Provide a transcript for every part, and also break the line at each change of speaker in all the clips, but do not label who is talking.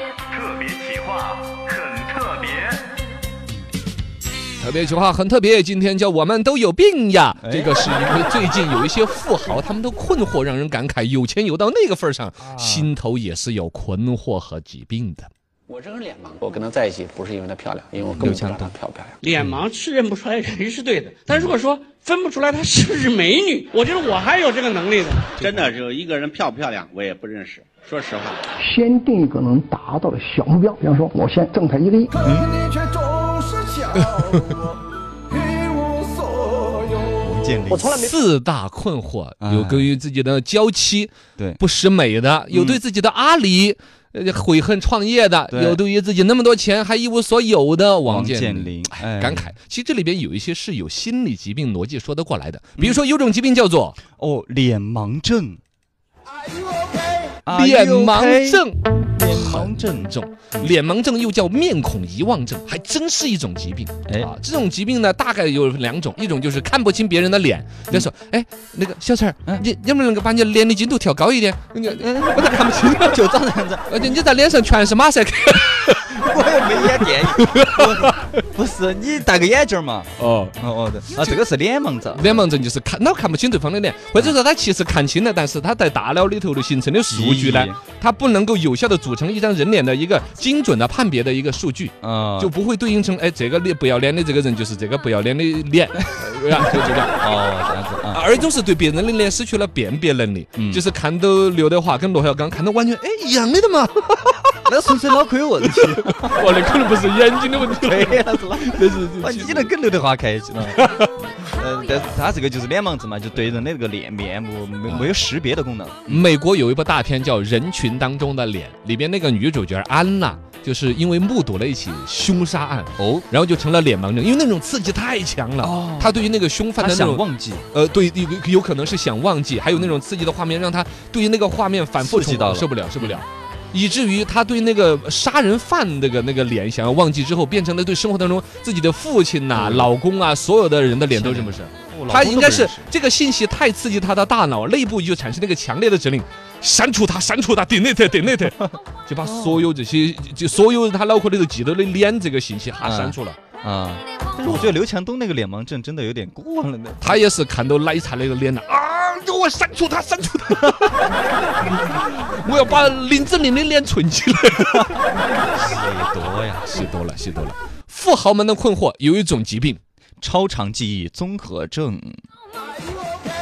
别企划很特别，
特别企划很特别，今天叫我们都有病呀！
哎
这个是因为最近有一些富豪，他们的困惑让人感慨，有钱有到那个份儿上，
啊
心头也是有困惑和疾病的。
我这个人脸盲，我跟她在一起不是因为她漂亮，因为
嗯
我根本不知道她漂不漂亮。
脸盲是认不出来人是对的，但如果说分不出来她是不是美女，我觉得我还有这个能力的。
真的就一个人漂不漂亮，我也不认识。说实话，
先定一个能达到的小目标，比方说，我先挣他一个亿。
建立
四大困惑，
哎
有关于自己的娇妻
对嗯
不识美的，有对自己的阿里。呃悔恨创业的，
对
有对于自己那么多钱还一无所有的王
王
健
健林哎
感慨。其实这里边有一些是有心理疾病逻辑说得过来的，比如说有种疾病叫做
哦，脸盲症。Are you
脸
okay？
盲
Are you
症，
okay？脸盲症
这种脸盲症又叫面孔遗忘症，还真是一种疾病。
哎
啊，这种疾病呢，大概有两种，一种就是看不清别人的脸，就说，哎，那个小陈儿
嗯，
你要不能够把你脸的精度调高一点？你嗯我咋看不清？
就这样子，
而且你在脸上全是马赛克。
我又没 演电影。 不是你戴个眼镜嘛？
哦，
哦哦对，啊，这个是脸盲症。
脸盲症就是看老看不清对方的脸，或者说他其实看清了，但是他在大脑里头的形成的数据呢
记忆，
它不能够有效的组成一张人脸的一个精准的判别的一个数据。
啊，
就不会对应成哎，这个脸不要脸的这个人就是这个不要脸的 脸，呃啊就这个。
哦这样子啊，
而一种是对别人的脸失去了辨别能力，
嗯
就是看到刘德华跟罗小刚看到完全哎一样的的 嘛。
那纯粹脑壳有问题。
我那可能不是眼睛的问题，
对那是脑
这是
哇，你能跟刘德华客 气了。嗯，但是他这个就是脸盲症嘛，就对人的那个脸面部没
嗯
没有识别的功能。
美国有一部大片叫《人群当中的脸》，里边那个女主角安娜，就是因为目睹了一起凶杀案，
哦，
然后就成了脸盲症，因为那种刺激太强了，
哦
她对于那个凶犯
他
的那
想
种
忘记。
呃，对，有有可能是想忘记，还有那种刺激的画面，让他对于那个画面反复
刺激
重
到了
受不了，受不了，以至于他对那个杀人犯那个那个脸想要忘记之后，变成了对生活当中自己的父亲呐、
嗯
老公啊、所有的人的脸都认不是。他应该是这个信息太刺激他的大脑，内部就产生了一个强烈的指令，删除他，删除他，delete delete，就把
哦
所有这些就所有他脑壳里头记得的脸这个信息哈
嗯
删除了。
啊。但是我觉得刘强东那个脸盲症真的有点过了呢。
他也是看到奶茶那个脸了啊！给我删除他，删除他！ 我要把林志玲的脸存起来。
太多呀！
吸哎多了，吸多了。富豪们的困惑有一种疾病
超长记忆综合症。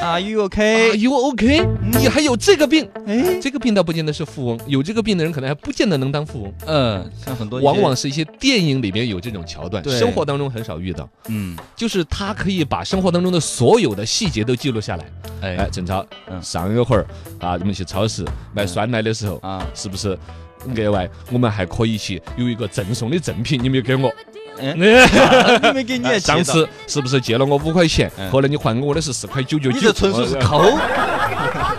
Are you
哎
OK？
，You OK？你还有这个病？
哎，
这个病倒不见得是富翁，有这个病的人可能还不见得能当富翁。
嗯，像很多一些
往往是一些电影里面有这种桥段，
对
生活当中很少遇到。
嗯，
就是他可以把生活当中的所有的细节都记录下来。哎，
哎
正超，
嗯
上一会儿啊，你们去超市买酸奶的时候，
啊，
是不是？额外，我们还可以去有一个赠送的赠品， 你没有给我。
嗯
哎
你没给你也
上次是不是借了我五块钱？
嗯
后来你还给我的是四块九九
你这
九。
纯 属是
呃
抠。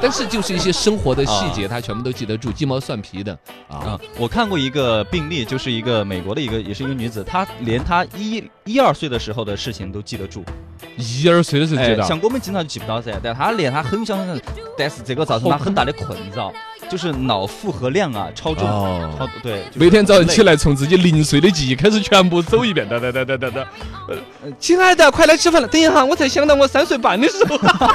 但是就是一些生活的细节，他全部都记得住，鸡毛蒜皮的啊
啊。，我看过一个病例，就是一个美国的一个，也是一个女子，她连她一一二岁的时候的事情都记得住，
一二岁的时候
哎
知，道。
像我们经常就记不到噻，但她连她很小很小，但是这个造成她很大的困扰，就是脑负荷量啊超重，
哦
超对，就是
每天早上起
很累，
来，从自己零碎的记忆开始全部走一遍，哒哒哒哒哒哒。呃，亲爱的，快来吃饭了！等一下，我才想到我三岁半的时
嗯
候。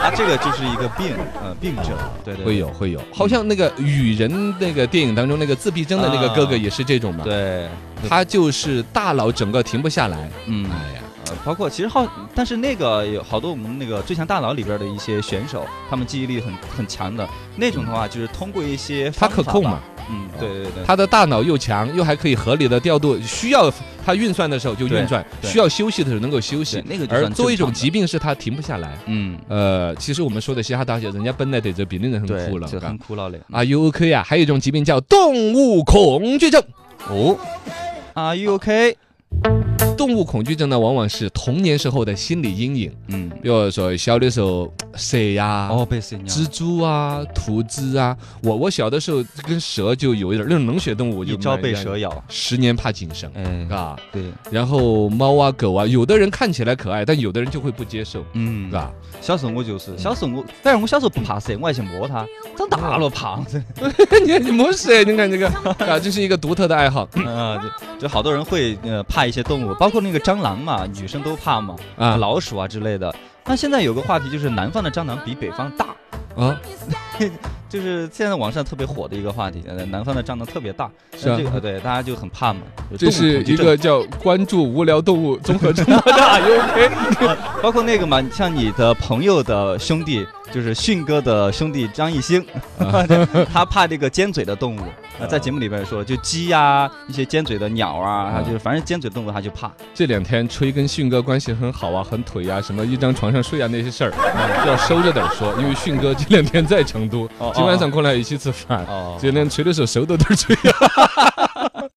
她这个就是一个病，呃，病症，对对，对
会有会有，好像那个雨人那个电影当中那个自闭症的
啊
那个哥哥也是这种嘛。
对，
他就是大脑整个停不下来。
嗯。
哎呀，
呃，包括其实好，但是那个有好多我们那个《最强大脑》里边的一些选手，他们记忆力很很强的那种的话，就是通过一些
嗯他
方
可
法
控
吧
嘛，
嗯，对对对，
他的大脑又强，又还可以合理的调度，需要他运算的时候就运转，
对对
需要休息的时候能够休息
对。那个就
而
算
作为一种
正常的
疾病，是他停不下来。
嗯，
呃，其实我们说的嘻哈大学，人家本来对这病的人很
对，
苦了，
这
嘎
很苦恼的。
啊，U OK 啊，还有一种疾病叫动物恐惧症。
哦，Are you OK？
动重物恐惧症呢，往往是童年时候的心理阴影，
嗯，
比如说小的时候蛇呀、
哦，被谁
蜘蛛啊、图蜘啊。我我小的时候跟蛇就有一点儿那种冷血动物，我就
一朝被
蛮
蛇，咬，
十年怕井绳，
哎，
啊。
对，
然后猫啊、狗啊，有的人看起来可爱，但有的人就会不接受，
嗯
是， 吧？
小时候我
嗯
就是，小时候我，但是我小时候不怕蛇，我还去摸它，长大了怕，真的
你你没事，你看这个啊，这是一个独特的爱好
啊，就就好多人会呃怕一些动物，包括那个蟑螂嘛，女生都怕嘛，
啊
老鼠啊之类的。那现在有个话题就是南方的蟑螂比北方大，
啊，
就是现在网上特别火的一个话题，呃南方的蟑螂特别大，
是啊
这个呃对大家就很怕嘛。有
这
动物
是
恐惧
一
症
个叫关注无聊动物综合症的 OK。
包括那个嘛，像你的朋友的兄弟，就是迅哥的兄弟张艺兴，
啊
他怕这个尖嘴的动物。啊，在节目里边说，就鸡呀、一些尖嘴的鸟啊，他就是反正尖嘴动物他就怕。
这两天吹跟迅哥关系很好啊，很腿啊，什么一张床上睡啊那些事儿，就要收着点儿说，因为迅哥这两天在成都
哦哦，
今晚上过来一起吃饭
哦，
这两天吹的时候手都在吹。